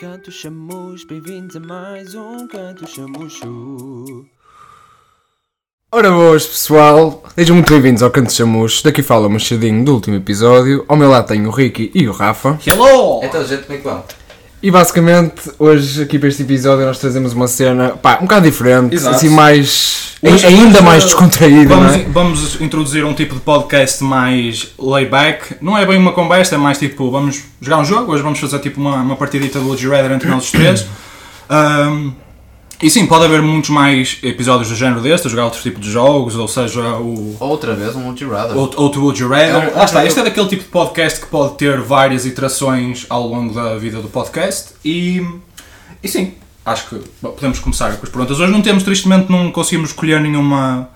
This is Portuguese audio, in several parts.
Canto Chamus, bem-vindos a mais um Canto Chamucho. Ora boas pessoal, sejam muito bem-vindos ao Canto Chamus, daqui fala o Machadinho do último episódio, ao meu lado tenho o Ricky e o Rafa, Hello! Então, gente, como é que vão? e basicamente hoje aqui para este episódio nós trazemos uma cena, pá, um bocado diferente, Exato. assim mais, Hoje- ainda mais descontraída, não Vamos, é? vamos introduzir um tipo de podcast mais layback. Não é bem uma conversa, é mais tipo, vamos jogar um jogo, hoje vamos fazer tipo uma, uma partidita do Would You Rather entre nós os três. Ahm, e sim, pode haver muitos mais episódios do género deste, a jogar outro tipo de jogos, ou seja, o Outra vez um Would You Rather. outro, outro Would You Rather. É um- Lá está, este é daquele tipo de podcast que pode ter várias iterações ao longo da vida do podcast e, e sim, acho que bom, podemos começar com as perguntas. Hoje não temos, tristemente, não conseguimos escolher nenhuma,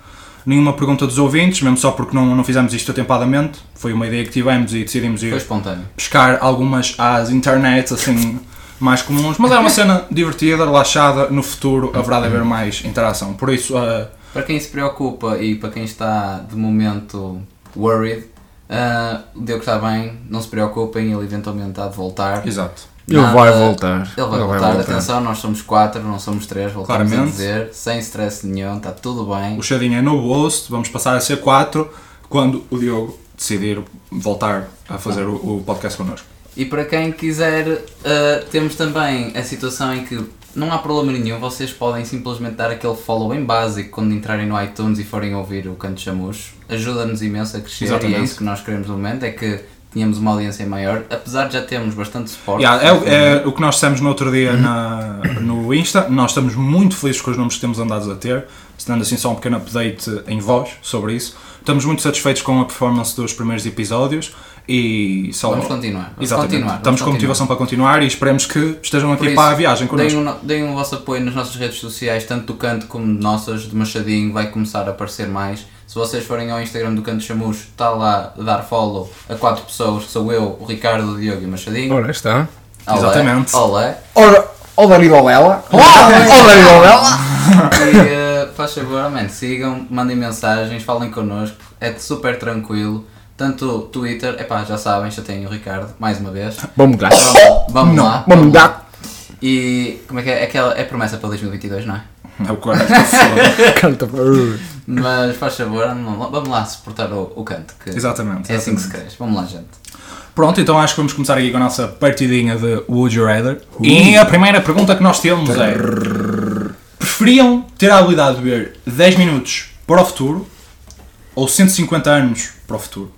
nenhuma pergunta dos ouvintes, mesmo só porque não, não fizemos isto atempadamente. Foi uma ideia que tivemos e decidimos ir Foi espontâneo. pescar algumas às internet, assim, mais comuns. Mas é uma cena divertida, relaxada. No futuro haverá de haver mais interação. Por isso, ah, Para quem se preocupa e para quem está de momento worried, ah, deu que está bem, não se preocupem, ele eventualmente há de voltar. exato. Ele Nada- vai voltar, Ele vai voltar, atenção, nós somos quatro, não somos três, voltamos Claramente. a dizer, sem stress nenhum, está tudo bem. O Xadinho é novo host, vamos passar a ser 4 quando o Diogo decidir voltar a fazer o, o podcast connosco. E para quem quiser, ah, temos também a situação em que não há problema nenhum, vocês podem simplesmente dar aquele follow em básico quando entrarem no iTunes e forem ouvir o Canto Chamus. Ajuda-nos imenso a crescer e é Exatamente. isso que nós queremos no momento, é que tenhamos uma audiência maior, apesar de já termos bastante suporte. Yeah, é, o- é o que nós dissemos no outro Uhum. dia na- no Insta, nós estamos muito felizes com os números que temos andado a ter, dando assim só um pequeno update em voz sobre isso. Estamos muito satisfeitos com a performance dos primeiros episódios e só... Vamos continuar, vamos Exatamente. continuar, vamos estamos com continuar. motivação para continuar e esperemos que estejam aqui Por isso, para tipo a viagem connosco. Deem o, no- deem o vosso apoio nas nossas redes sociais, tanto do Canto como de nossas, do Machadinho, vai começar a aparecer mais. Se vocês forem ao Instagram do Canto Chamus, está lá a dar follow a quatro pessoas, que sou eu, o Ricardo, o Diogo e o Machadinho. Ora está. Olé, Exatamente. Olé. Ora, olá Rigolela, olá Rigolela, E, eh, faz favor, amém, sigam, mandem mensagens, falem connosco, é super tranquilo. Tanto Twitter, epá, já sabem, já tenho o Ricardo, mais uma vez. vamos mudar, Vamos, vamos lá. vamos mudar, E como é que é? Aquela, é promessa para 2022, não é? É o que eu acho que foi. canta, Mas faz favor, não- vamos lá suportar o, o canto. Que Exatamente, É assim que exatamente. se cresce. Vamos lá, gente. Pronto, então acho que vamos começar aqui com a nossa partidinha de Would You Rather. E a primeira pergunta que nós temos é: Preferiam ter a habilidade de ver 10 minutos para o futuro ou 150 anos para o futuro?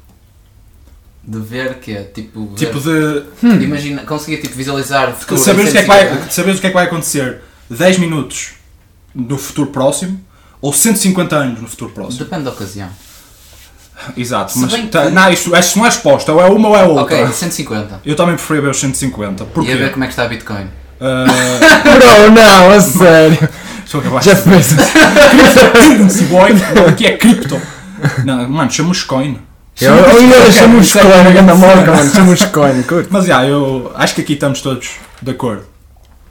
De ver que é tipo. ver- Hum. Tipo de Imagina, conseguir tipo, visualizar o futuro. em saberes o que, é que 150 vai, de saberes o que é que vai acontecer 10 minutos no futuro próximo ou 150 anos no futuro próximo. Depende da ocasião. Exato, Se mas bem tá- que- não, isto, isto não é resposta, ou é uma ou é outra. Ok, 150. Eu também preferia ver os 150. E a ver Porquê? como é que está a Bitcoin. Ah, bro, não, a sério, Estou a acabar. Jeff Bezos. Currency Boy, o que é cripto? Não, mano, chamamos coin. Eu, eu ainda chamo-os coin, ganda morga, mano, chamo-os coin, curto. Mas já, eu acho que aqui estamos todos de acordo.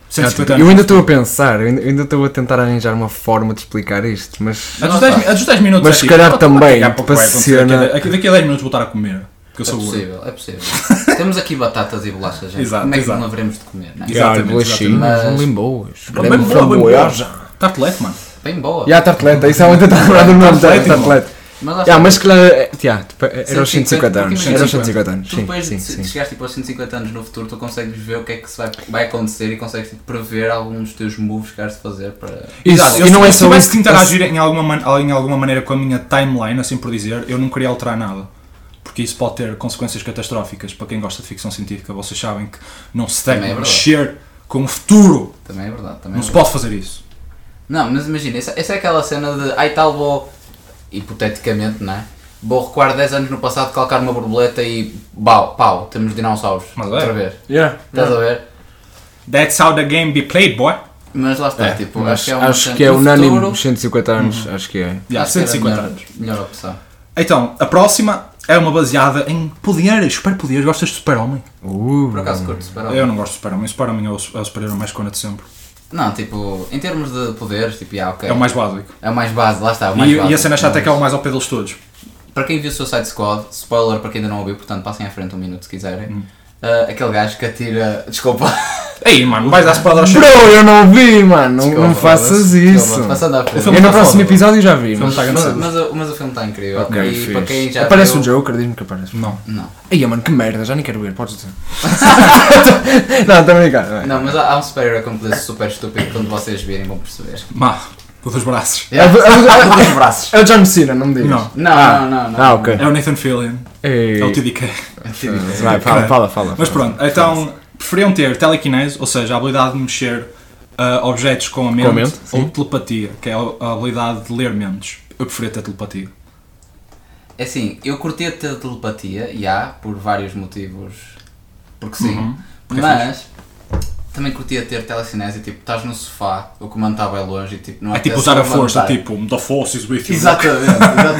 150 Eu anos. ainda estou a pensar, eu ainda- eu ainda estou a tentar arranjar uma forma de explicar isto, mas. A dos 10 mi- a dos 10 minutos. Mas é se tipo, calhar ah, também, daqui a pouco para vai acontecer, daqui a cena- daqui- Daqui a 10 minutos voltar a comer. Porque eu É sou gordo. possível, é possível. Temos aqui batatas e bolachas, gente. Exato, como é que exato. não haveremos de comer, não é? Exato. Exatamente, bolachinhas, exatamente. limboas. Bem boa, bem boa. Tartelete, mano. Bem boa. E a tarteleta, isso é onde eu estava a lembrar do nome da Tartelete, tarteleta. Mas lá está. Yeah, mas se calhar, é- yeah, tipo, era aos 150, 150 anos, porque era aos imagina, 150 anos, Tu sim, depois sim, se sim. se chegares tipo, aos 150 anos no futuro, tu consegues ver o que é que se vai, vai acontecer e consegues tipo, prever alguns dos teus moves que has de fazer para. Isso, e não é se só tivesse isso. que interagir em alguma, man- em alguma maneira com a minha timeline, assim por dizer, eu não queria alterar nada. Porque isso pode ter consequências catastróficas. Para quem gosta de ficção científica, vocês sabem que não se deve Também é verdade. mexer com o futuro. Também é verdade. Também é Não se verdade. pode fazer isso. Não, mas imagina, essa, essa é aquela cena de ai tal vou, hipoteticamente, não é? Vou recuar 10 anos no passado, calcar uma borboleta e bau, pau, temos dinossauros. Mas é. outra vez. Yeah. Estás a ver? That's how the game be played, boy. Mas lá está, tipo, acho que é, uma Acho cena- que é no unânime, futuro, os 150 anos, acho que é. Yeah, acho que era a 150 melhor- anos. Melhor opção. Então, a próxima é uma baseada em poderes, superpoderes. Gostas de super-homem? Uh, Por acaso curto super Eu não gosto de super-homem. Super-homem é o su- é o super-herói mais cona de sempre. Não, tipo, em termos de poderes, tipo, yeah, ok. É o mais básico. É o mais base, lá está. O mais E, base, e a cena chata é que é Mas- o mais ao pé deles todos. Para quem viu Suicide Squad, Hum. spoiler para quem ainda não ouviu, portanto passem à frente um minuto se quiserem. Ah, aquele gajo que atira. Desculpa. Aí, mano, vais dar espada ao chão. Bro, eu não vi, mano. Não- Desculpa, não faças desculpa, isso. Passando à frente. O filme Eu É no tá próximo foda, episódio já vi. filme Mas, tá Mas, engraçado. mas o- mas o filme está incrível. Ok, e fixe. para quem já Aparece viu, o Joker, diz-me que aparece. Não. Não. Aí, mano, que merda, já nem quero ver, podes dizer. não, também brincando. vai. Não, mas há, há um super-herói com um poder super estúpido quando vocês virem vão perceber. Má. Com os braços. É o- é o- Os braços. É o John Cena, não me digas. Não. Não, não, não, não. Ah, ok. É o Nathan Fillion. Ei. É o TDK. Vai, fala, fala, fala. é. Mas pronto, então preferiam ter telekinese, ou seja, a habilidade de mexer ah, objetos com a mente, a mente, ou sim. telepatia, que é a a habilidade de ler mentes. Eu preferia ter telepatia. É assim, eu curtia ter telepatia, e há, por vários motivos. Porque sim. Porque é mas também curtia ter telecinese, tipo, estás no sofá, o comando está bem longe e tipo, não É tipo apetece usar a levantar. força, tipo, the force is with you. Exatamente, exatamente. Tá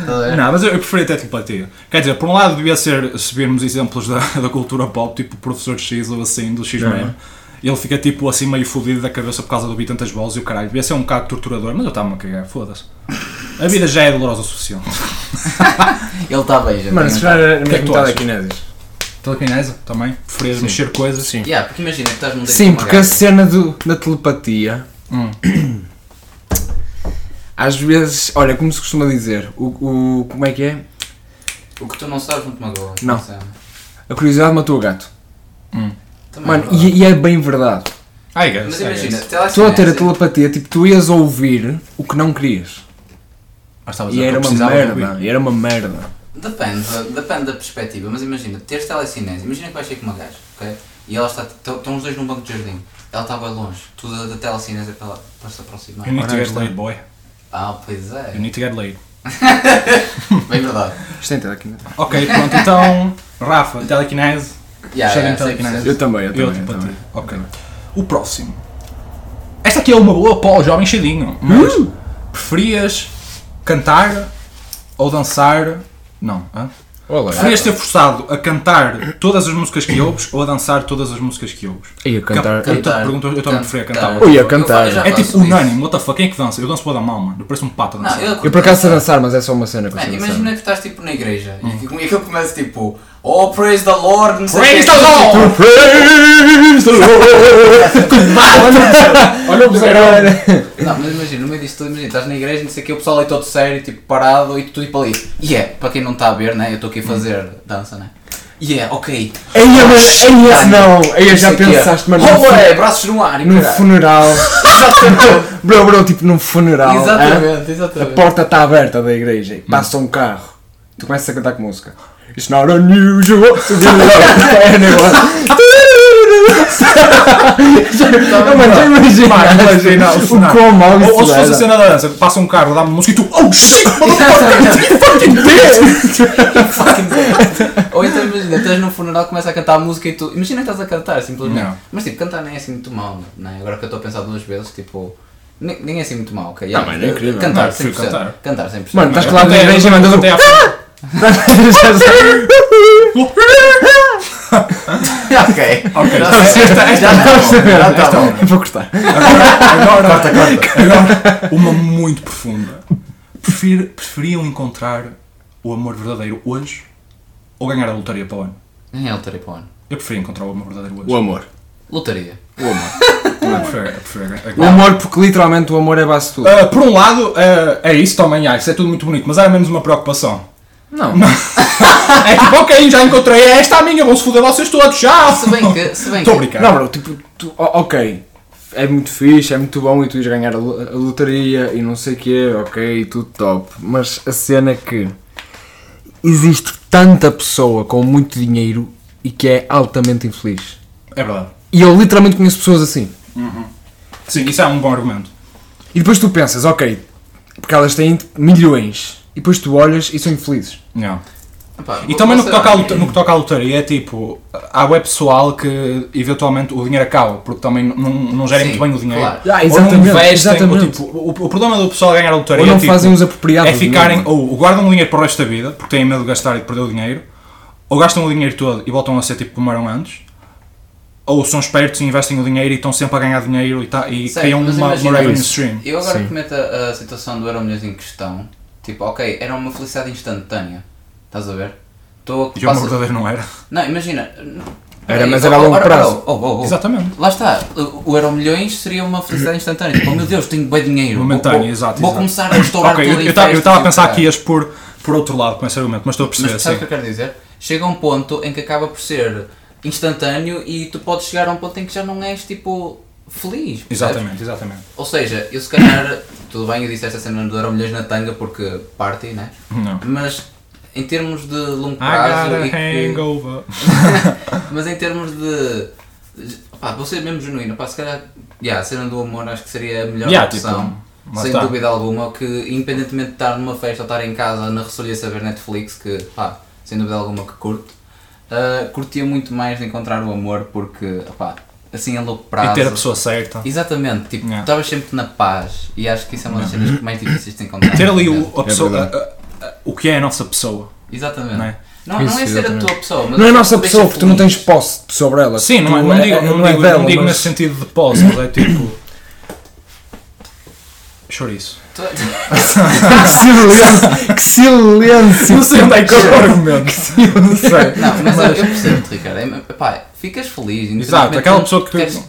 Estás a ver? Não, mas eu, eu preferia ter telepatia. Quer dizer, por um lado devia ser, se virmos exemplos da, da cultura pop, tipo o Professor X ou assim, do X-Men, ele fica tipo assim meio fodido da cabeça por causa de ouvir tantas vozes e o caralho, devia ser um bocado torturador, mas eu estava-me a cagar, foda-se. A vida já é dolorosa o suficiente. Ele está bem, já. Mano, tem se um calhar era que é que tu mesmo achas? telequinesis. Telekinese Então, também, preferias mexer coisas. Sim. Yeah, porque imagina, estás num date Sim, com uma porque a gaja. cena do, da telepatia. Hum. Às vezes, olha, como se costuma dizer, o, o- como é que é? O que tu não sabes não te magoa. Não. sei. A curiosidade matou o gato. Também Mano, é verdade. e, e é bem verdade. Ai, guys, Mas ai, imagina, guys. telecinese. Tu a ter a telepatia, tipo, tu ias ouvir o que não querias. Mas Ah, estavas a E dizer que era eu uma precisava de ouvir. merda, e era uma merda. Depende, depende da perspectiva, mas imagina, teres telecinese, imagina que vais sair com uma gaja, ok? E ela está, estão estão os dois num banco de jardim, ela está bem longe, tu da, da telecinese é para, ela- para se aproximar. You need to Ora, get está. laid, boy. Ah, pois You é, need to get laid. bem verdade. Isto tem telequinese. Ok, pronto, então, Rafa, telekinese. Yeah, Chega yeah, em telequinese. sei Eu também, eu então Eu também. tipo eu a ti. também. Ok. O próximo. Esta aqui é uma boa para o jovem Hum. cheirinho. Mas preferias cantar ou dançar? Não. hã? Olá. Preferias ter forçado a cantar todas as músicas que ouves ou a dançar todas as músicas que ouves? Ia cantar. Cap- que Eu também pergunto, eu também preferia cantar. Ui, a Eu fa- cantar. eu já É faço tipo isso. unânime, what the fuck, quem é que dança? Eu danço para da mão, mano. Eu pareço um pato a Não, dançar. eu, Eu por acaso sei dançar, mas é só uma cena que eu assim. Man, sei imagina dançar. que estás tipo na igreja Hum. e aquilo começa tipo Oh, praise the Lord, não sei É Praise quê. the Lord! Praise the Lord! Olha o bezerrão! Não, mas imagina, no meio disto tudo, imagina, estás na igreja, não sei o que, o pessoal ali todo sério, tipo parado e tu tipo ali. E yeah, é, para quem não está a ver, né? Eu estou aqui a fazer dança, né? E yeah, é, ok. Ei, mas ei, esse não! Ei, já Isso aqui é- pensaste, mano, Oh, num ué, fu- braços no ar e num caralho. funeral. Bro, bro, tipo num funeral. é? hã? Exatamente, A exatamente. porta está aberta da igreja e passa um carro. Tu começas a cantar com música. It's not unusual to É, be loved by anyone. Não, mano, já Mano, imagina imaginaste o o cenário. quão mal Ou, ou isso se fosse a era. cena da dança, passa um carro, dá-me música e tu, oh shit, motherfucker! Ou então imagina, estás num funeral, começa a cantar música e tu. Imagina que estás a cantar, simplesmente. Não. Mas tipo, cantar nem é assim muito mal, não é? Agora que eu estou a pensar duas vezes, tipo. Nem, nem é assim muito mal, ok? mano, é incrível. Cantar Não, prefiro 100%. cantar. Cantar. 100%. Mano, estás calado na Até- igreja e mandas um. até à- ok. Ok. Já sei, Esta- esta- já tá bom, já tá bom. Vou cortar. Agora, agora, uma muito profunda. Prefiro, preferiam encontrar o amor verdadeiro hoje ou ganhar a lotaria para o ano? Nem é lotaria para o ano. Eu preferia encontrar o amor verdadeiro hoje. O amor. Lotaria. Eu preferia- eu preferia ganhar- é O amor, porque literalmente o amor é base de tudo. Ah, por um lado, ah, é isso também, ah, isso é tudo muito bonito, mas era menos uma preocupação. Não. É tipo, ok, já encontrei, é esta a minha, vão-se foder vocês todos, já! Se bem que. Se bem que. Estou a brincar. Não, bro, tipo, tu, o- ok, é muito fixe, é muito bom e tu ias ganhar a, lo- a lotaria e não sei o quê, ok, tudo top. Mas a cena é que existe tanta pessoa com muito dinheiro e que é altamente infeliz. É verdade. E eu literalmente conheço pessoas assim. Sim, isso é um bom argumento. E depois tu pensas, ok, porque elas têm tipo, milhões. E depois tu olhas e são infelizes. Não. Epá, E vou- também no vou que, ser toca à honesto. lotaria, no que toca à lotaria, é tipo, há web pessoal que eventualmente o dinheiro acaba, porque também não, não não gerem Sim, muito bem o dinheiro. claro. Ah, ou não exatamente, investem, exatamente. ou tipo, o, o problema do pessoal ganhar a lotaria Ou não é, tipo, fazem uso apropriado é do ficarem, dinheiro. ou guardam o dinheiro para o resto da vida, porque têm medo de gastar e de perder o dinheiro, ou gastam o dinheiro todo e voltam a ser tipo como eram antes, ou são espertos e investem o dinheiro e estão sempre a ganhar dinheiro e, tá, e Certo, criam mas uma, uma imagina- revenue stream. Eu agora Sim. que meto a, a situação do Euro Milhões em questão, tipo, ok, era uma felicidade instantânea. Estás a ver? Estou E o meu verdadeiro não é era. Não, imagina, Era, Ei, mas oh, era a oh, longo ora, prazo. oh, oh, oh, oh. Exatamente. Lá está, o o Euro Milhões seria uma felicidade instantânea. Tipo, oh, meu Deus, tenho bem dinheiro. Momentânea, Vou- vou, exato, Vou exato. começar a restaurar Ok, tudo eu em estava festas a e pensar caralho. que ias por, por outro lado com esse argumento, mas estou a Mas perceber, tu sabes o que é sim. eu quero dizer? Chega um ponto em que acaba por ser instantâneo e tu podes chegar a um ponto em que já não és tipo feliz. percebes? Exatamente, exatamente. Ou seja, eu se calhar, tudo bem, eu disse esta cena do Euro Milhões na tanga porque party, né? Não. Mas em termos de longo I got prazo. a e que- hangover. Mas em termos de. Pá, vou ser mesmo genuíno, pá, se calhar. Yeah, a cena do amor acho que seria a melhor Yeah, opção. tipo, lá sem está. dúvida alguma, que independentemente de estar numa festa ou estar em casa na ressolhiça a ver Netflix, que pá, sem dúvida alguma que curto, ah, curtia muito mais de encontrar o amor porque, pá, assim a longo prazo. E ter a pessoa certa. Exatamente, tipo, Yeah. estavas sempre na paz e acho que isso é uma das cenas mais difíceis de encontrar. Ter ali Exatamente. o, a É pessoa, verdade. a- a- a- o que é a nossa pessoa. Exatamente. Não Não é? é, não, Isso, é ser a exatamente. tua pessoa, mas Não é a nossa deixa pessoa, porque tu não feliz. tens posse sobre ela. Sim, não, é, Tu- não digo, não digo, dela, não digo mas- nesse sentido de pose, mas é tipo. Chouriço. Tu- Que silêncio! Que silêncio! Não sei onde é que eu vou argumento. Não sei. Não, mas eu, eu percebo-te, Ricardo. É, pá, ficas feliz. independentemente Exato, aquela de pessoa que- queres-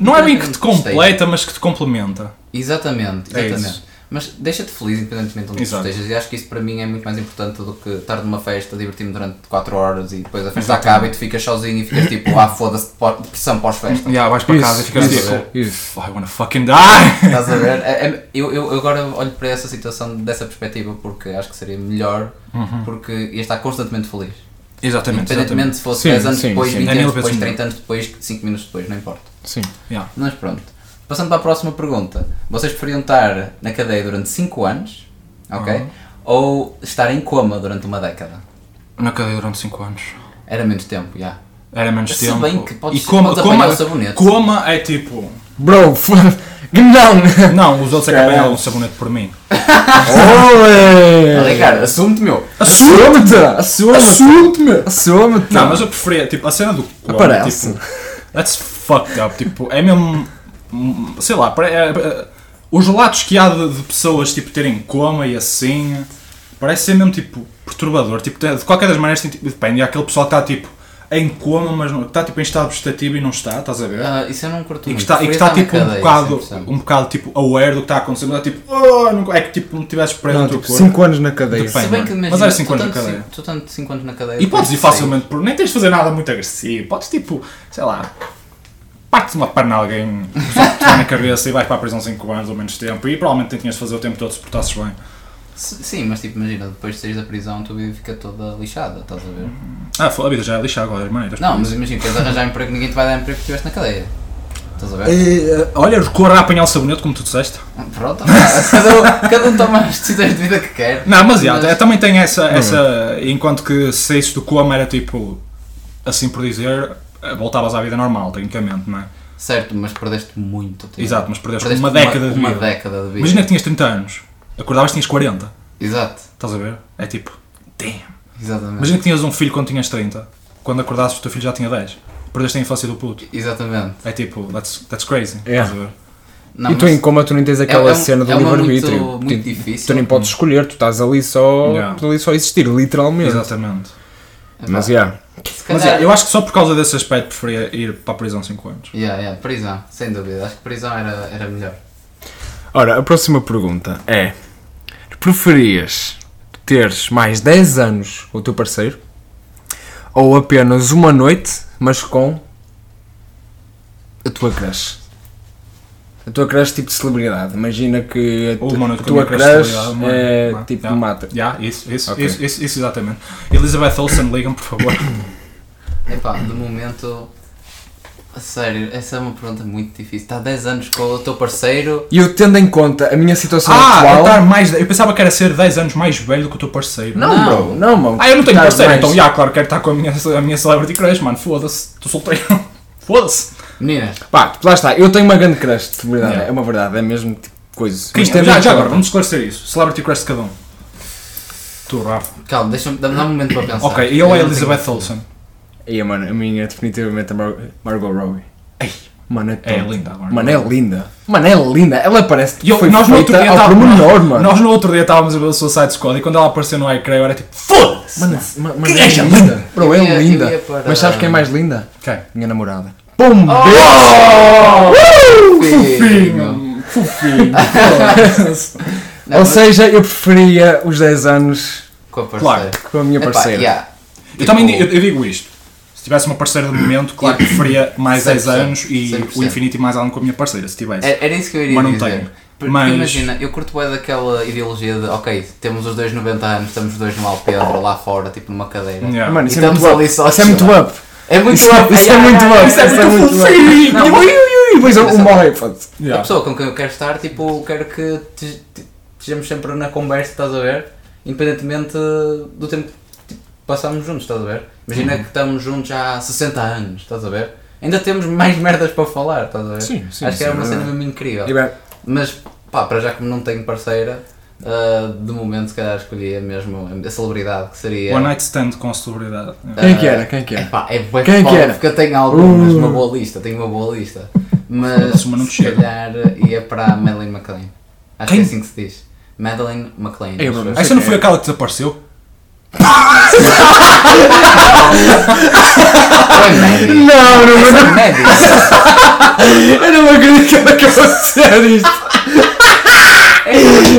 Não é bem que te independentemente de onde completa, mas que te complementa. estejas. Exatamente, É exatamente. isso. mas deixa-te feliz independentemente de onde tu Exato. estejas e acho que isso para mim é muito mais importante do que estar numa festa, divertir-me durante 4 horas e depois a festa Exatamente. acaba e tu ficas sozinho e ficas tipo, ah foda-se, po- depressão pós-festa. Yeah, vais para casa e ficas isso, tipo. isso. I wanna fucking die! Estás a ver? É- é- eu, eu agora olho para essa situação dessa perspectiva porque acho que seria melhor porque ia estar constantemente feliz. Uhum. Exatamente, exatamente. Independentemente se fosse Sim, 10 anos sim, depois, sim. 20 Daniel anos depois, Petzumber. 30 anos depois, 5 minutos depois, não importa. Sim. Yeah. Mas pronto. Passando para a próxima pergunta. Vocês preferiam estar na cadeia durante 5 anos, ok? Uhum. Ou estar em coma durante uma década? Na cadeia durante 5 anos. Era menos tempo, já. Era menos Se tempo. bem que podes- e coma, podes coma, apanhar o sabonete. coma é tipo. Bro, f- não! Não, os outros é que Caralho. apanhavam o sabonete por mim. É. Olé! Ricardo, assume-te, meu. Assume-te! Assume-te! Assume-te! Não, mas eu preferia, tipo, a cena do coma. Aparece. Tipo, that's fucked up. Tipo, é mesmo. hum, Sei lá, pare- é, é, os relatos que há de, de pessoas tipo, terem coma e assim. Parece ser mesmo tipo perturbador. Tipo, de qualquer das maneiras, tem, tipo, depende. E há aquele pessoal que está tipo em coma, mas não- está tipo em estado vegetativo e não está, estás a ver? Ah, isso eu não curto E muito. que está, e que Preferia está estar na tipo um cadeia, bocado, 100%. um bocado tipo aware do que está acontecendo, está tipo, oh, não- é que tipo não tivesse preso Não, no teu tipo, corpo. 5 anos na cadeia. Depende. Se bem que é? Mas imagina, era cinco tu anos na tanto cadeia. cin- Tu tanto 5 anos na cadeia. E podes ir sei. facilmente por. Nem tens de fazer nada muito agressivo. Podes tipo, sei lá, partes uma perna a alguém, só te dá na cabeça e vais para a prisão 5 anos ou menos tempo. E provavelmente tinhas de fazer o tempo todo se portasses bem. S- Sim, mas tipo, imagina, depois de saís da prisão, a tua vida fica toda lixada, estás a ver? Ah, foda, a vida já é lixada agora, maneiras. Não, mas imagina, queres arranjar emprego, ninguém te vai dar emprego porque estiveste na cadeia. Estás a É. ver? Ah, Eh, olha, o cor a apanhar o sabonete, como tu disseste. Pronto, cada, um- cada um toma as decisões de vida que quer. Não, mas, já, eu também tem essa, essa. Enquanto que se saísse do coma era tipo, assim por dizer, eh, voltavas à vida normal, tecnicamente, não é? Certo, mas perdeste muito tempo. Exato, mas perdeste uma década de uma vida. década de vida. Imagina que tinhas 30 anos, acordavas e tinhas 40, Exato, estás a ver? É tipo, damn. exatamente. Imagina que tinhas um filho quando tinhas 30, quando acordasses o teu filho já tinha 10, perdeste a infância do puto. Exatamente. É tipo, that's, that's crazy, É. estás a ver? Não, e tu mas- em coma tu nem tens aquela é um- cena do é uma livre-arbítrio. tipo, muito- muito Tu- difícil. Tu nem podes escolher, tu estás ali só, Yeah. tu ali só a existir, literalmente. Exatamente. epá, Mas yeah. É se Mas calhar, é, eu acho que só por causa desse aspecto preferia ir para a prisão 5 anos. Yeah, yeah, prisão, sem dúvida. Acho que prisão era, era melhor. Ora, a próxima pergunta é: preferias teres mais 10 anos com o teu parceiro ou apenas uma noite, mas com a tua crush? A tua crush tipo de celebridade. Imagina que a, Ou tu- uma noite a com tua a minha crush crush de é verdade, tipo uma- mata. Já, isso, isso, Ok. isso, isso, isso, exatamente. Elizabeth Olsen, ligam por favor. Epá, de momento. A sério, essa é uma pergunta muito difícil. Está há 10 anos com o teu parceiro. E eu tendo em conta a minha situação ah, eu, atual. estar mais, eu pensava que era ser 10 anos mais velho que o teu parceiro. Não, Não. bro, não, mano. Tá, Ah, eu não tenho Estás parceiro, mais- então, já, claro, quero estar com a minha, a minha celebrity crush, mano, foda-se, estou solteiro. Foda-se. Meninas, Pá, tipo, lá está, eu tenho uma grande crush, de verdade. Yeah. É uma verdade, é mesmo tipo coisa. Quem, Mas tendo já, em já conta- agora, vamos esclarecer isso. Celebrity crush de cada um. Tu, Rafa. calma, deixa-me dá-me dá um momento para pensar. Ok, eu é não Elizabeth tenho- Olsen. E a mano, a minha é definitivamente a Mar- Margot Robbie. Mano, é, É top. linda agora. Mano, é linda. Mano, é linda. Ela parece E que eu- foi nós, no outro feita dia ao tava- pormenor, mano. nós no outro dia estávamos a ver o Suicide Squad e quando ela apareceu no iCray eu era tipo FODA-se! Mano, ma- mas Que é gaja linda. linda. Bro, é Eu ia- eu linda. ia para- Mas sabes quem é mais linda? Quem? Minha namorada. Pum! Fofinho! Fofinho! Não, Ou mas- seja, eu preferia os 10 anos Com a Claro. parceira. com a minha Epá, parceira. yeah. Eu também di- Tipo, eu, eu digo isto. Se tivesse uma parceira de momento, claro que faria mais 10 100%, anos e 100%. o infinito e mais além com a minha parceira, se tivesse. É, é, Era era isso que eu iria Mas não dizer. tenho. Porque Mas- imagina, eu curto bem daquela ideologia de, ok, temos os dois 90 anos, estamos os dois no Alpedro lá fora, tipo numa cadeira. Yeah. Mano, isso é E muito estamos up. ali só a Isso é muito chorar. up. É muito Isso é- up, isso é yeah, muito up. yeah, yeah, Isso é muito up. Não, Ui, ui, ui, Pois eu morre, foda-se. A Yeah. pessoa com quem eu quero estar, tipo, quero que te- te- estejamos sempre na conversa, estás a ver? Independentemente do tempo que tipo, passamos juntos, estás a ver? Imagina Uhum. que estamos juntos há 60 anos, estás a ver? Ainda temos mais merdas para falar, estás a ver? Sim, sim, Acho sim, que era uma é cena verdade. mesmo incrível. E bem, Mas pá, para já como não tenho parceira, ah, de momento se calhar escolhia mesmo a celebridade que seria. One Night Stand com celebridade. Yeah. Quem é que era? Quem é que É era? pá, é bem Quem é que foda, era? porque eu tenho algumas, Uh. uma boa lista, tenho uma boa lista. Mas Mas uma não te se chega. calhar ia para a Madeleine McLean. Acho que Quem? é assim que se diz. Madeleine McLean. Ei, acho Bruno, eu. Essa Ah, não foi aquela que desapareceu? Foi Maddie. Não, não, não, é Foi Maddie. eu não acredito que ela acabou de ser isto.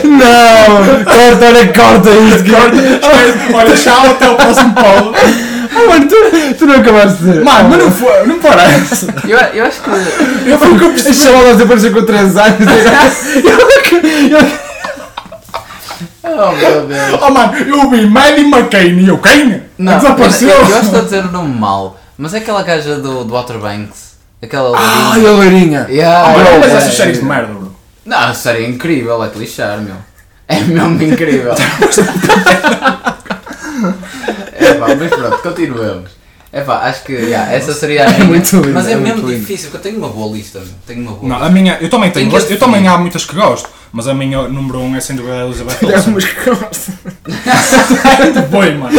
Não! Corta, olha, corta isto! Corta! tipo, Olha, tchau, até o próximo polo. Oh, mano, tu, tu não acabaste de dizer! Mano, mas não foi, não parece. Eu, eu acho que. Eu fui com a chamada desapareceu com 3 anos. Eu, eu, Oh meu Deus. Oh mano, eu vi Maddie McCain e eu quem? Não, é Desapareceu. Eu, eu, eu estou a dizer o nome mal, mas é aquela gaja do, do Outer Banks. Aquela. Ai, Ah, a loirinha! Yeah, Mano, mas yeah, essas yeah. séries de merda, bro. Não, seria incrível, vai-te lixar, meu. É mesmo incrível. é pá, mas pronto, continuamos. É pá, acho que yeah, essa seria a minha. muito lindo, mas é, é muito mesmo lindo. difícil, porque eu tenho uma boa lista, meu. Tenho uma boa Não, lista. a minha, eu também tenho, Tem que eu também definir. há muitas que gosto, mas a minha número 1 um é sem dúvida a Elizabeth É Olsen. umas que gostam. Boi, mano.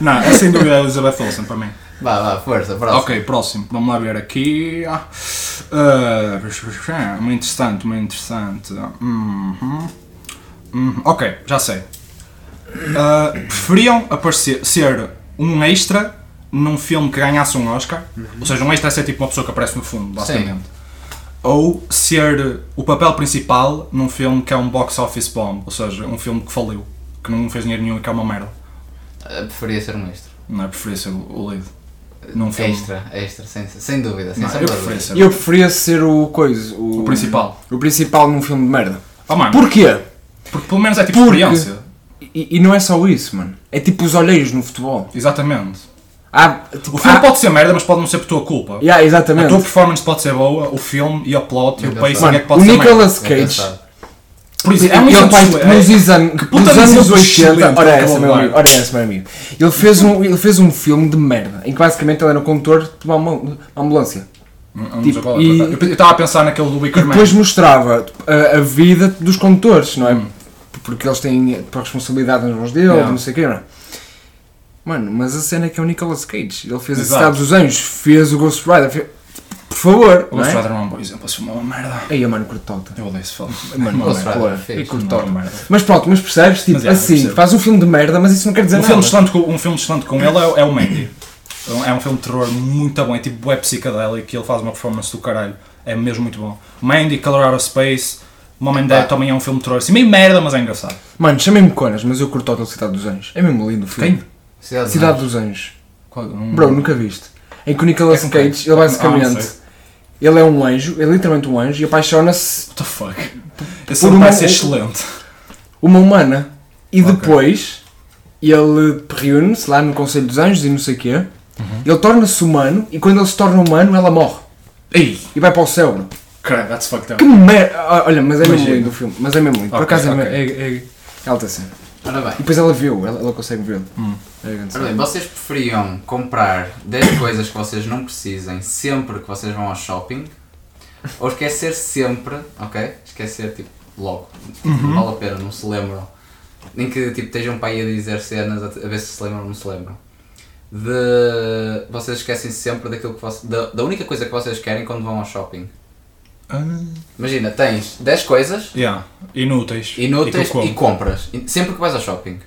Não, é sem dúvida a Elizabeth Olsen para mim. Vá, vá, força, próximo. Ok, próximo. Vamos lá ver aqui. Ah, ah, muito interessante, muito interessante. Uhum. Uhum, Ok, já sei. Ah, preferiam aparecer, ser um extra num filme que ganhasse um Oscar? Uhum. Ou seja, um extra é ser tipo uma pessoa que aparece no fundo, basicamente. Ou ser o papel principal num filme que é um box office bomb, ou seja, um filme que faliu, que não fez dinheiro nenhum e que é uma merda. Eh, Preferia ser um extra. Não é preferir ser o o lead num filme. Extra, extra, sem, sem dúvida, sem Não, é? sombra eu de preferia dúvida. ser E eu preferia ser o coisa. O, O principal. O principal num filme de merda. Oh, mano, Porquê? porque pelo menos é tipo Porque- experiência. E, e não é só isso, mano. É tipo os olheiros no futebol. Exatamente. Há, tipo, O filme há- pode ser merda, mas pode não ser por tua culpa. Yeah, A exatamente. tua performance pode ser boa, o filme e o plot e o Bem pacing Mano, é que o pode ser merda. Nicolas Bem Cage. pensado. Por isso, é um Ele exemplo Tipo, pai excelente. nos exames, que puta nos de anos exemplo 80, excelente ora que é esse acabou meu agora. amigo, ora é esse meu amigo. Ele fez um, ele fez um filme de merda, em que basicamente ele era um condutor de uma ambu- ambulância. Não- não Tipo, sei qual é, e- por acaso. Eu estava a pensar naquele do Wicker Man. Depois mostrava tipo, a, a vida dos condutores, não é? Porque eles têm tipo, a responsabilidade nas mãos dele, Hum. Yeah. não sei o quê, não é? Mano, mas a cena é que é o Nicolas Cage. Ele fez Exato. a Cidade dos Anjos, fez o Ghost Rider, fez... Por favor, O não Ghost é? Rider não é um bom exemplo, esse filme é uma merda. Aí a mano curto tota. Eu odeio esse filme. Mano, Uma Ghost merda. Rider. pô, fez. e curto Uma tota. merda. Mas pronto, mas percebes? Tipo, Mas, yeah, eu assim, percebo. faz um filme de merda, mas isso não quer dizer Um nada. filme, excelente com, um filme excelente com ele é, é o Mandy. É um- É um filme de terror muito bom, é tipo web psicadélico e ele faz uma performance do caralho. É mesmo muito bom. Mandy, Color Out of Space, Mom and Dad também é um filme de terror assim, meio merda, mas é engraçado. Mano, chamei-me Conas, mas eu curto a Cidade dos Anjos. É mesmo lindo o filme. Quem? Cidade dos Cidade Anjos. dos Anjos. Qual- um- Bro, nunca viste. Em que o Nicolas É com quem? Cage, ele Ah, não basicamente. sei. ele é um anjo, é literalmente um anjo, e apaixona-se What the fuck? Esse por filme uma- parece excelente. uma humana. E Ok. depois ele reúne-se lá no Conselho dos Anjos e não sei o quê. Uhum. Ele torna-se humano e quando ele se torna humano ela morre Ei, e vai para o céu. bro. caralho, that's fucked Que up. merda! Ah, Olha, mas é mesmo Imagina. lindo o filme, mas é mesmo lindo. Por Ok, acaso é ok. me- é, é, é alta cena. Ora bem. E depois ela viu, ela, ela consegue vê-lo. É grande Ora cena. bem, vocês preferiam comprar 10 coisas que vocês não precisem sempre que vocês vão ao shopping ou esquecer sempre, ok? Esquecer tipo logo, tipo, não vale a pena, não se lembram. Nem que tipo estejam para aí a dizer cenas a a ver se se lembram ou não se lembram. de vocês esquecem sempre daquilo que voce- da, da única coisa que vocês querem quando vão ao shopping. Imagina, tens 10 coisas Ah. Yeah. Inúteis. inúteis tu e, como? compras e- sempre que vais ao shopping.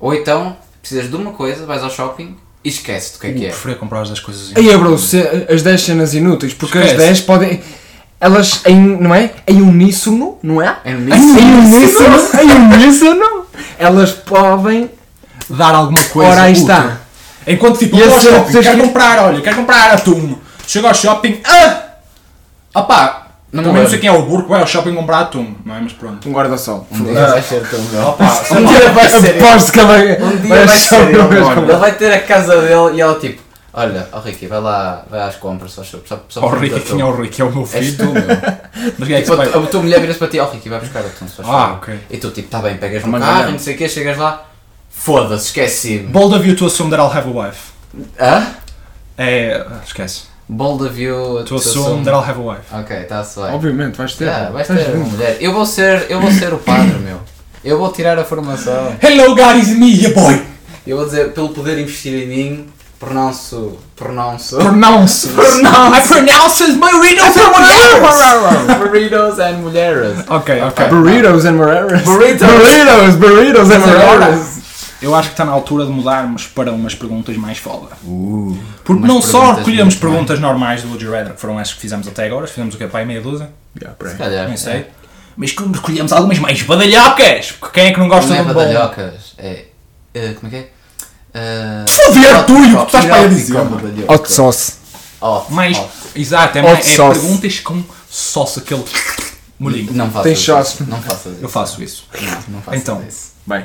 Ou então precisas de uma coisa, vais ao shopping e esqueces-te o que é que Eu é. preferia comprar as 10 coisas inúteis. Aí é, bro, se- as 10 cenas inúteis, porque as Esquece. 10 podem. Elas, em, não é? Em uníssono, não é? É Em uníssono, em uníssono, elas podem. Dar alguma coisa. Ora, aí útil. está. Enquanto tipo, E eu vou ao esse- shopping, tens quero que- comprar, olha, quero comprar atum. Chego ao shopping, ah! Opá! Não também não lembro. sei quem é o burro que vai ao shopping comprar atum, não é? Mas pronto. Um guarda-sol. Um Um dia vai ser tão melhor. Opá, sei lá. vai ser Aposto que ela Um dia vai vai achar ser que não ele, vais mano. comprar. Ele vai ter a casa dele e ela tipo, olha, ó Ricky, vai lá, vai às compras, só só, só, só Ó, o Ricky, quem é o Ricky? É o meu És filho. tu, meu. Mas quem é que Tipo, se a, vai... tu- a tua mulher viras para ti, ó Ricky, vai buscar atum, se faz Ah, favor. ok. E tu tipo, tá bem, pegas no Mas carro, não. não sei o quê, chegas lá, foda-se, esqueci-me. Bold of you to assume that I'll have a wife. Hã? É. ah, Esquece. Bold of you, To assume that I'll have a wife. Ok, está-se bem. Obviamente, vais ter. é, Ah, vais Estás ter uma junto. mulher. Eu vou ser, eu vou ser o padre, meu. Eu vou tirar a formação. Hello, God is me, your boy! Eu vou dizer, pelo poder investir em mim, pronuncio, pronuncio. Pronounce! I pronounce it Marino for Burritos and mulheres. Ok, ok. Burritos and Moreras. Burritos. Burritos, burritos and Moreras. Eu acho que está na altura de mudarmos para umas perguntas mais foda. Porque Uh, Umas não só perguntas recolhemos muito bem. perguntas normais do Would You Rather, que foram as que fizemos até agora, fizemos o que? Pai, meia dúzia? Yeah, peraí. Calhar. Não sei. Mas como recolhemos algumas mais badalhocas! Porque quem é que não gosta Não de é um bom. badalhocas, é. eh, como é que é? ver, tu, e o que estás para aí a dizer, mano? Hot dizer? sauce. Mais. Exato, é, Hot mais, é sauce. perguntas com sauce, aquele molhinho. Não faças Tem isso. sauce. Não faças isso. Eu faço isso. Não, não faças Então. isso. Bem.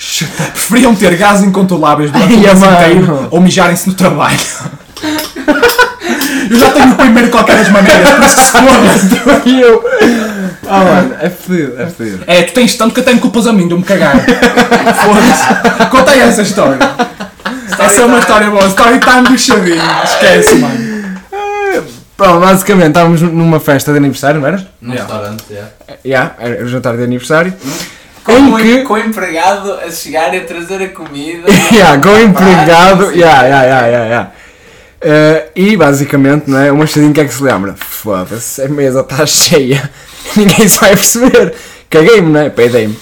Preferiam ter gases incontroláveis durante o é Ai, mês mano. inteiro ou mijarem-se no trabalho? Eu já tenho o primeiro de qualquer das maneiras, por isso que se foda. E eu. Ah, mano, é fedido, é fedido. É, tu tens tanto que eu tenho culpas a mim de eu me cagar. Foda-se. Conta aí essa história. essa é uma história boa. Story time do Xavinho. Esquece, mano. Bom, basicamente, estávamos numa festa de aniversário, não era? Num Yeah. restaurante, yeah. Já, era o jantar de aniversário. Com, um Em o- que- com o empregado a chegar e a trazer a comida. yeah, com o empregado. Sim. Yeah, yeah, yeah, yeah, yeah. Eh, e basicamente, não é? O Machadinho que é que se lembra? Foda-se, a mesa está cheia, ninguém se vai perceber. Caguei-me, não é? Peidei-me.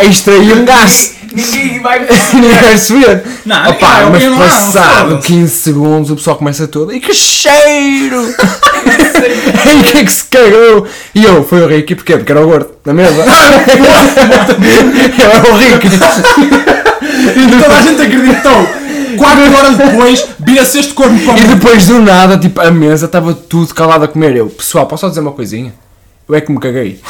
Extraí um gás. Ninguém vai Ninguém vai perceber. é Não, Opa, eu- eu mas não- passado não, foda-se. 15 segundos o pessoal começa todo. E que cheiro! Em que é que se cagou? E eu, foi o Ricky, porquê? Porque era o gordo, na mesa. eu era o Ricky. E toda a gente acreditou. Quatro horas depois, vira-se este corno com a E mão. depois do nada, tipo, a mesa estava tudo calado a comer. Eu, pessoal, posso só dizer uma coisinha? Eu é que me caguei.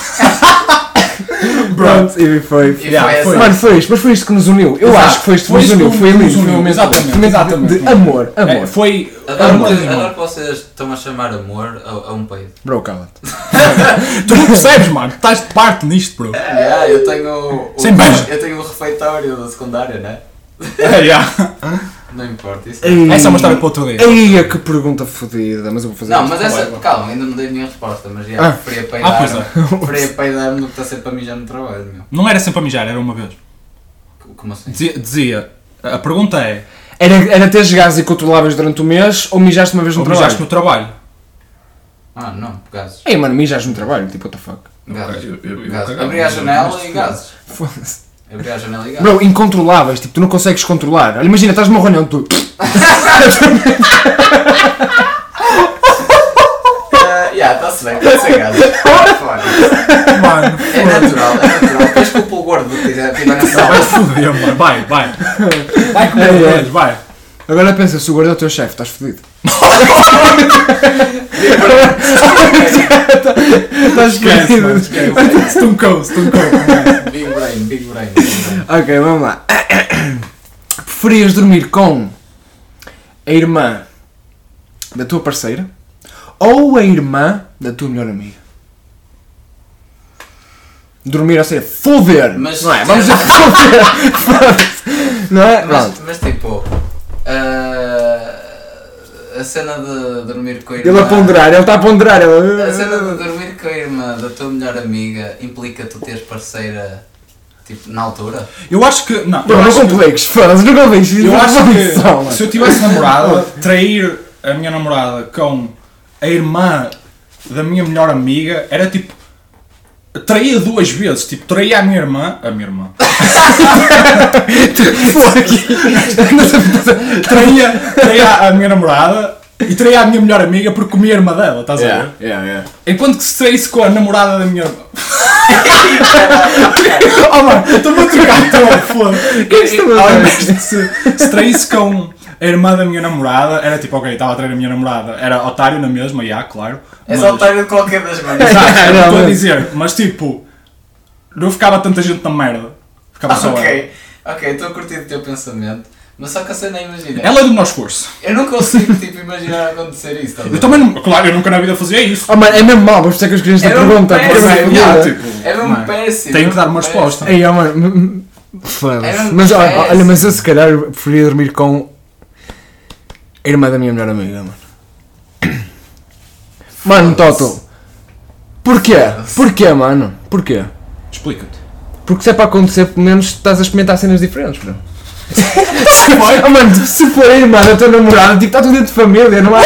Pronto, e foi. E Yeah, foi foi. essa. Mano, foi isto, mas foi isto que nos uniu. Eu Exato. acho que foi isto que Foi nos isto uniu. que Foi nos lindo. uniu, foi um momento exatamente, de- exatamente. De amor, amor. É, foi Adoro, amor. que- adoro que vocês estão a chamar amor a, a um peido. Bro, cala-te. Tu não percebes, mano. Estás de parte nisto, bro. Yeah, eu tenho. O, Sem beijo. Eu tenho o refeitório da secundária, né? É, yeah. Não importa isso. Essa é uma história para outro dia. Eia, que pergunta fodida, mas eu vou fazer Não, isto. mas é- essa. Calma, ainda não dei nenhuma resposta, mas já. Ah. Preferia Ah, peidar. pois é. preferia peidar no que está sempre a mijar no trabalho, meu. Não era sempre a mijar, era uma vez. Como assim? Dizia, dizia, a pergunta é, Era, era teres gás e controláveis durante o mês ou mijaste uma vez no ou mijaste trabalho? no trabalho? Ah, não, gases. Ei, mano, mijaste no trabalho, tipo, what the fuck. Gases. eu- eu- eu Gases. cagava, Abri a mas- janela mas- e gases. Foda-se. Abri a janela e gases. Bro, incontroláveis, tipo, tu não consegues controlar. Olha, Imagina, estás numa reunião, tu. Ah, yeah, está-se bem, pode ser gases. Fora. Mano, É natural, é natural. Tens culpa o gordo que tiver tiver na vai sala. foder, mano. Vai, vai. Vai comer É, é. depois, vai. Agora pensa, se o guarda é o teu chefe, estás fodido. Estás Esquece, mano, fodido. esquece. Stuncou, stuncou. Big brain, big brain. Big brain. Ok, vamos lá. Preferias dormir com a irmã da tua parceira ou a irmã da tua melhor amiga? Dormir ou seja, foder! Mas- não é? Vamos dizer foder! Foda-se. não é? Mas, Pronto. mas tipo, ah, a cena de dormir com a irmã. Ele a ponderar, ele está a ponderar. A cena Ele... Ah. de dormir com a irmã da tua melhor amiga implica tu teres parceira Tipo, na altura. Eu acho que. Não, Bro, eu não acho que- complexes, foda-se, não complexes. Eu não acho complexes, não, que mano. se eu tivesse namorada, trair a minha namorada com a irmã da minha melhor amiga era tipo. Traía duas vezes, tipo, traía a minha irmã. A minha irmã. traía, traía a minha namorada e traía a minha melhor amiga porque comia a irmã dela, estás a ver? Yeah, yeah, yeah. Enquanto que se traísse com a namorada da minha irmã. Oh, mano, Estou-me a trocar todo, foda-se. que é isto, mano? Ao invés de se, se traísse com a irmã da minha namorada, era tipo, ok, estava a trair a minha namorada. Era otário na mesma, já, claro. És mas- otário de qualquer das maneiras. Exato, era o que estou a Realmente. dizer. Mas tipo, não ficava tanta gente na merda. Ficava só ela. ok, ok, estou a curtir o teu pensamento. Mas só que a cena é imaginar. Ela é do meu esforço. Eu não consigo tipo, imaginar acontecer isso. tá estás a Eu ver? também, não- claro, eu nunca na vida fazia isso. Oh, mano, é mesmo mal, mas por isso é que eu escolhi esta Era um pergunta. pé, porque é mano, mesmo yeah, mal. tipo, Era não é? um péssimo. Tenho era que dar um uma péssimo. resposta. Ei, oh, mano, m- m- Era foda-se. um Mas ó, péssimo. olha, mas eu se calhar preferia dormir com a irmã da minha melhor amiga, mano. Mano, Toto. Porquê? Porquê, mano? Porquê? Explica-te. Porque se é para acontecer, pelo menos estás a experimentar cenas diferentes, bro. oh, mano, tipo, se for a irmã da tua namorada, tipo, está tudo dentro de família, não há.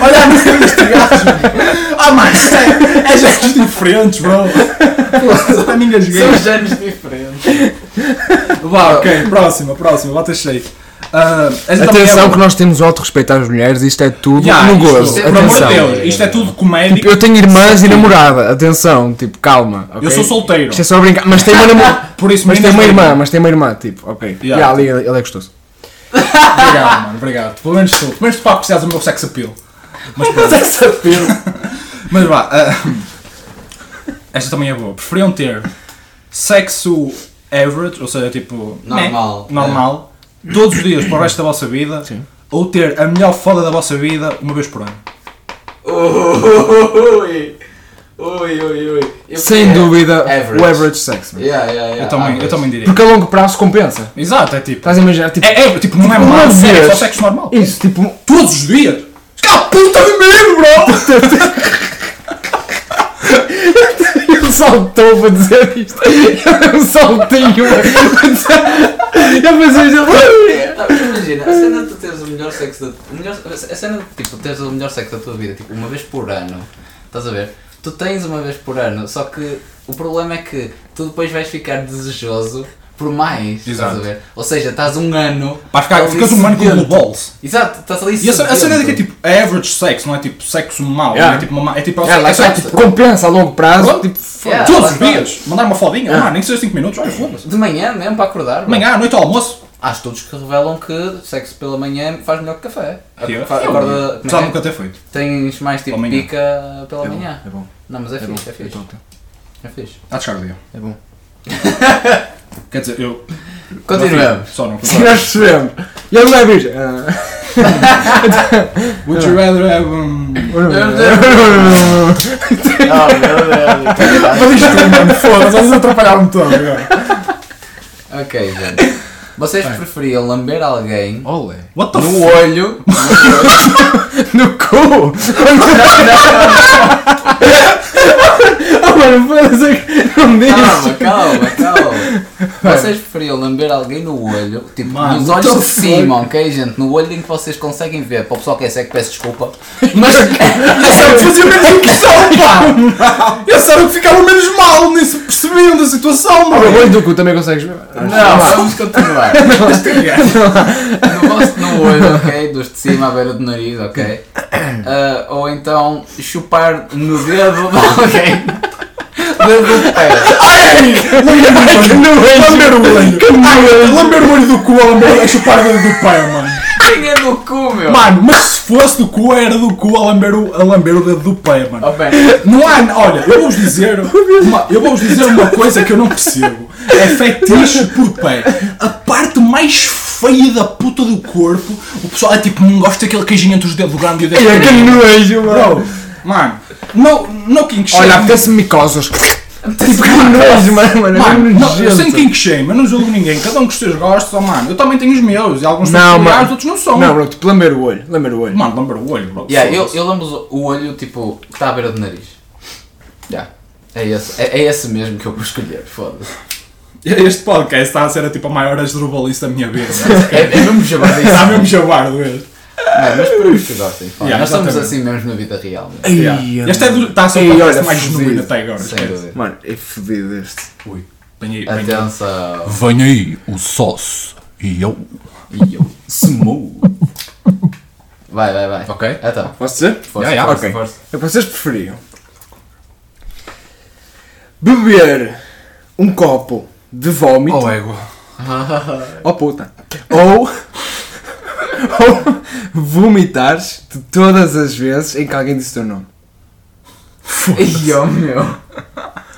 Olha a merda deste gajo. Ah, mano, é, é gestos diferentes, bro. Tá Está me engasguei. São géneros diferentes. Vá, ok, próxima, próxima, bota cheio. Ah, esta Atenção, que também é boa. nós temos o alto respeito às mulheres, isto é tudo Ya, no isto- gozo. Por amor Atenção. de Deus, isto é tudo comédia. Tipo, eu tenho irmãs e namorada, atenção, tipo, calma. ok? Eu sou um solteiro. Isto é só brincar, mas tem uma namorada. Por isso, é Mas tem meninas, uma não- irmã, mas tem uma irmã, tipo, ok. Yeah. Yeah, ali, ele ele é gostoso. Obrigado, mano, obrigado. Pelo menos tu. Pelo menos tu para precisar do meu sex appeal. Mas pronto. Mas vá. ah, esta também é boa. Preferiam ter sexo average, ou seja, tipo. Normal. né, normal. é. Todos os dias para o resto da vossa vida. Ou ter a melhor foda da vossa vida uma vez por ano. Ui, ui, ui, ui. Eu Sem queria dúvida, o average sex. man. Yeah, yeah, yeah, Eu também, eu average. também diria. Ah, Porque a longo prazo compensa. Exato, é tipo. Estás a imaginar? Tipo, É, é, tipo, não é Tipo, mal uma sexo, é só vez. sexo normal. isso, tipo. Todos os dias! Cá puta de mim, bro! Ele saltou para dizer isto. Ele deu um saltinho para dizer. Ele fez isto. Tá, mas Imagina, a cena de tu teres o melhor sexo da o melhor, a cena de tipo, teres o melhor sexo da tua vida, tipo, uma vez por ano, estás a ver? Tu tens uma vez por ano, só que o problema é que tu depois vais ficar desejoso por mais, Exato. estás a ver? Ou seja, estás um ano. Vais ficar, ali ficas um ano com o é sedento. balls. Exato, estás ali E a, ce- a cena é sedento. que é tipo é average sex, não é tipo sexo mau, Yeah. não é tipo uma má- É tipo, é, É, lá é só está, tipo. tipo, compensa a longo prazo. pronto, Tipo, tipo, Yeah, todos lá os está. dias, mandar uma fodinha, ah, nem que seja 5 minutos, olha, foda-se. De manhã mesmo para acordar. mano. Amanhã, à noite ao almoço, Há estudos que revelam que sexo pela manhã faz melhor que café. Yeah. Ah, Fa- Acorda, como é um já que é? nunca ter feito. Tens mais tipo Pela manhã. pica pela É bom, manhã. é bom. Não, mas é, É bom, fixe, é é fixe. bom, É fixe. Há de chegar o dia. é bom. Quer dizer, eu. Continuamos. Só não Se nós percebemos. E ele não é virgem. Ah. Would you rather have. um, Ah, meu Mas isto, mano, foda-se, vocês um atrapalharam-me todo. Deus. ok, gente. Vocês preferiam lamber alguém Olé. What the no f. olho? No cu! Ah, mano, foda-se que não me Calma, diz. calma, calma. Vocês preferiam lamber alguém no olho, tipo, Mano, nos what olhos the de cima, ok, gente? No olho em que vocês conseguem ver. Para o pessoal que é cego, peço desculpa. Mas Eu fazia menos impressão, pá! Eu sabia que ficava menos mal, nem se percebiam da situação, Ah, O mano! olho do cu também consegues ver? Não, vamos continuar. No vosso no olho, ok? Dos de cima à beira do nariz, ok? Ah, ou então chupar no dedo de alguém. Dedo do pé. Que Lamber o olho! Ai, Lamber o olho do cu, a lamber, a chupar o dedo do pé, mano! Tinha no cu, meu! Mano, mas se fosse do cu, era do cu a lamber o, a lamber o dedo do pé, mano. Oh, bem, Não há. Olha, eu vou-vos dizer. uma- eu vou-vos dizer uma coisa que eu não percebo. É fetiche por pé. A parte mais feia da puta do corpo. O pessoal é tipo, não gosta daquele queijinho entre os dedos grande e o dedo É que pequenino. nojo, mano. Bro, mano. No, no king Olha, apetece-me micosas. Tipo, que nojo, mano, mano, é Mano, mesmo não, eu nojento. sem kink shame, eu não julgo ninguém, cada um com os seus gostos, oh, mano. Eu também tenho os meus, e alguns Não, são familiares, mano. outros não são. Não, bro, tipo, lamber o olho, lamber o olho. Mano, lembra o olho, bro. Yeah, eu, foda-se. eu lambo o olho, tipo, que está à beira do nariz. Yeah. É, esse, é, é esse mesmo que eu vou escolher, foda-se. Este podcast está a ser tipo a maior asdrubalista da minha vida. né? É, é mesmo é jabado isso. Está mesmo jabardo este. Não, mas esperamos que gostem. pá. Yeah, Nós somos exatamente. assim mesmo na vida real. né? Ei, Yeah. Este é mano. do, está a ser Ei, o olha, podcast mais fudido. genuíno até agora. Sem esquece. dúvida. Mano, é fodido este. Ui, vem aí, vem aí. Atenção. Vem aí o sócio e eu. E eu. Smooth. Vai, vai, vai. Ok. Então. Posso dizer? Força, Yeah, yeah, força, ok. força. É que vocês preferiam beber um copo de vómito. Oh, égua. Oh puta. Ou. ou vomitares de todas as vezes em que alguém disse o teu nome. E eu, meu.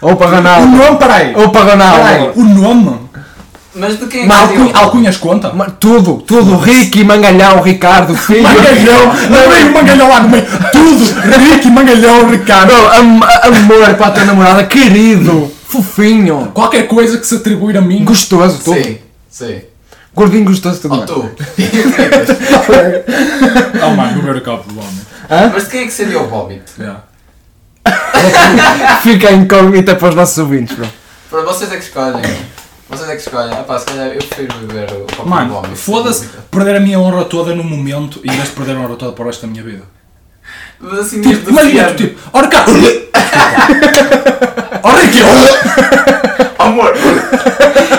Ou para O Ronaldo. nome, peraí. Ou para Peraí, Ronaldo. o nome? Mas de quem é Mas que alcunha- seria? alcunhas conta? Ma- Tudo, tudo. Ricky, Mangalhão, Ricardo, Filho. Mangalhão, lembrei o Mangalhão lá no meio. Tudo, Ricky, Mangalhão, Ricardo. Bro, am- amor para a tua namorada, querido, fofinho, Qualquer coisa que se atribuir a mim. gostoso, tu. Sim, sim. Gordinho gostoso, tudo. Ou bem. tu. Oh, mano, beber o copo do homem. Mas de quem é que seria o vómito? Yeah. Fica incógnita para os nossos ouvintes, bro. Para vocês é que escolhem. Vocês é que escolhem. Ah pá, se calhar eu prefiro beber o copo de Mano, vómito. foda-se perder a minha honra toda no momento e vez de perder a honra toda para o resto da minha vida. Mas assim Tipo, mesmo. imagina, tu, assim, tipo, olha cá. Olha aqui. Amor!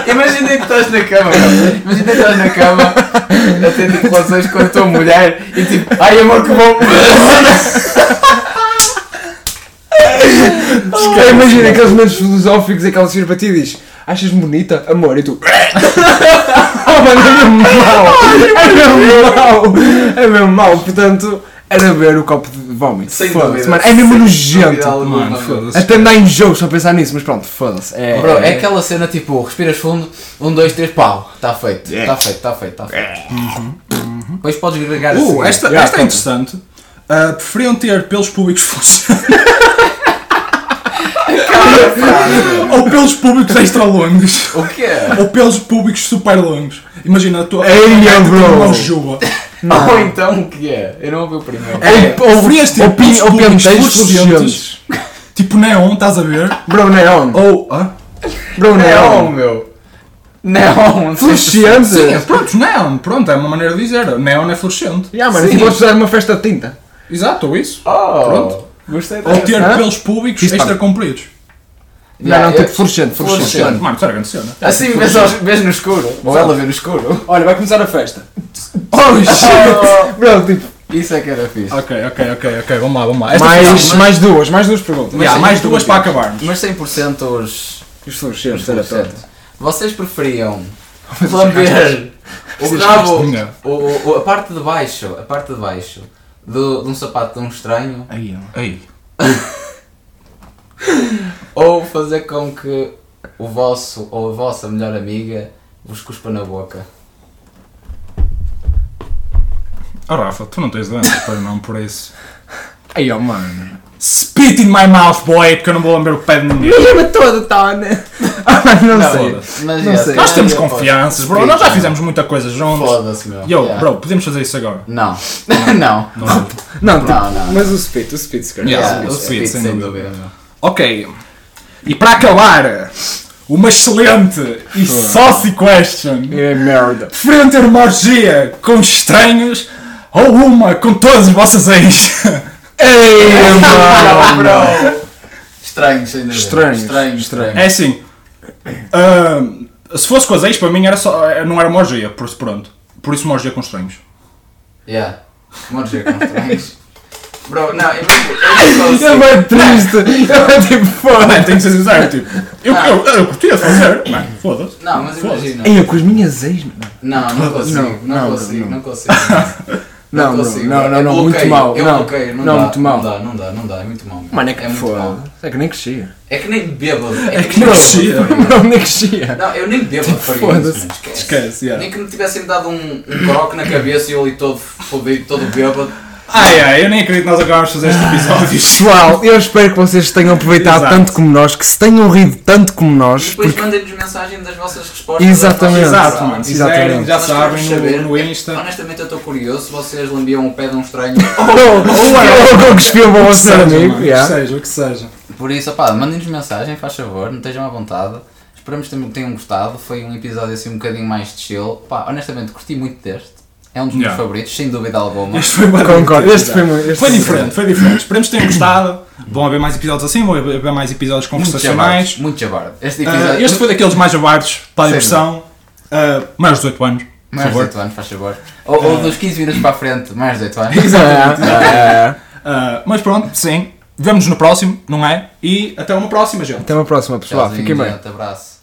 Imagina que estás na cama, meu. Imagina que estás na cama a ter tipo, relações com a tua mulher e tipo, ai amor que bom! Imagina aqueles momentos filosóficos em que ela se vira para ti e diz Achas bonita? Amor, e tu Oh mano, é mesmo mau É mesmo mau É mesmo mau, portanto Era ver o copo de vómito Sem Foda-se, dúvida. mano, é mesmo Sem nojento dúvida alguma, Mano, mano. foda-se. Até me dá enjoo só pensar nisso, mas pronto, foda-se é, Bro, é aquela cena tipo, respiras fundo, um, dois, três, pau, está feito, está Yeah. feito, está feito, está É. feito. Depois podes agregar Uh, assim. esta, Yeah, esta é tá. interessante. Ah, preferiam ter pelos públicos funcionais ou pelos públicos extra longos? O é? quê? ou pelos públicos super longos. Imagina a tua. Ei, a tua bro. mão juba. Ou então o que é? Eu não ouvi o primeiro. É, ou- preferias ter ou pin- pelos ou públicos penteios fluorescentes, tipo neon, estás a ver? Bro, neon Ou. Ah? Bro, Neon, um. neon meu. Neon. Fluorescente Sim, é, pronto, neon, pronto, é uma maneira de dizer. Neon é fluorescente. Yeah, mano, é tipo precisar de uma festa de tinta Exato, ou isso. Oh, Pronto. Gostei dessa. Ou ter Hã? pelos públicos É, Isso, extra compridos. Não, não, eu- tipo fluorescente, fluorescente Fluorescente. Mano, isso era grande cena. Assim vês, aos- vês no escuro. Ou ela vê no escuro. Olha, vai começar a festa Oh, shit! Bro, tipo, Isso é que era fixe. ok, ok, ok, ok, vamos lá, vamos lá. Esta foi- mais, mais duas, mais duas perguntas Yeah, sim, mais sim, duas sim. para acabarmos. Mas 100% os. Os fluorescentes, era Fluorescente. pronto Vocês preferiam lamber o rabo, Não. o, o- a parte de baixo, a parte de baixo do, de um sapato de um estranho, Aí, ó. aí. ou fazer com que o vosso ou a vossa melhor amiga vos cuspa na boca? Oh, Rafa, tu não tens doença, pois não, por isso. Aí, ó, oh, mano Spit in my mouth, boy, porque eu não vou lamber o pé de ninguém. Lembra toda, tá, né? Tony. não, Não, sei. foda-se. Mas Não é, sei. se Nós calhar temos eu posso- confianças, bro. Nós já fizemos muita coisa juntos. Foda-se, meu. Yo, Yeah. bro, podemos fazer isso agora. Não, não. Não, tipo, Não, não. mas o Spit, o Spit, se calhar. Yeah, Yeah, o o Speed, Speed, sem, sem dúvida. Ok. E para acabar, uma excelente e saucy question. É merda. Preferiam ter uma orgia com estranhos ou uma com todas as vossas ex? Ei, Não, mano. bro. Estranho, sem dúvida. Estranhos, Estranho, estranhos. É assim. ahm, se fosse com as ex, para mim era só, eh, não era uma orgia, por isso pronto. Por isso uma orgia com estranhos. Yeah. é Vamos ver com estranhos. Bro, não, eu não eu não Ele consigo. é triste. Ele é tipo Mano, foda. tenho que ser sincero, tipo. Eu, eu, eu curtia de fazer. Mano, foda-se. Não, mas Foda-se. imagina. Ei, eu com as minhas ex, mano. Não, não consigo, não, Não, não, consigo, não. não consigo. Não, bro, consigo. não, não, Eu não, muito bloqueio, mal, Eu não. bloqueio, não, Não, dá, muito mal. Não dá, não dá, não dá, é muito mal. Mano, é que muito mal. foda. É que nem crescia. É que nem bêbado. É, que, nem nem crescia. bêbado. Não, nem crescia. Não, eu nem bêbado faria isso, foda-se. mano, esquece. Esquece, yeah. Nem que me tivessem dado um, um croque na cabeça e eu ali todo fodido, todo bêbado. Ai ai, eu nem acredito que nós acabamos de fazer este episódio. Pessoal, eu espero que vocês tenham aproveitado Exato. tanto como nós, que se tenham rido tanto como E nós. depois porque- mandem-nos mensagem das vossas respostas. Exatamente. às nossas Exato, mano. Se Exatamente. quiserem, já Nós queremos sabem, no, saber. no Insta. Honestamente, eu estou curioso se vocês lambiam o pé de um estranho. Ou ou- ou que espiam para o vosso Seja, amigo. mano, yeah. O que seja, o que seja. Por isso, opá, mandem-nos mensagem, faz favor, não estejam à vontade. Esperamos que tenham gostado. Foi um episódio assim um bocadinho mais de chill. Pá, honestamente, curti muito deste. É um dos meus Yeah. favoritos, sem dúvida alguma. Este foi bastante Concordo, divertido, este foi já. muito- este Foi foi diferente, foi diferente. Esperemos que tenham gostado. Vão haver mais episódios assim, vão haver mais episódios Muito jabardo. conversacionais. Muito jabardo. Este Ah, episódio. este foi daqueles mais abardos para a Sim. diversão. Ah, mais de 18 anos, por Mais de favor. 18 anos, faz favor. Ou, ou dos 15 minutos para a frente, mais de 18 anos. Exatamente. Ah, Ah, mas pronto, sim. Vemo-nos no próximo, não é? E até uma próxima, gente. Até uma próxima, pessoal. Tchauzinho, Fiquem bem. gente, Abraço.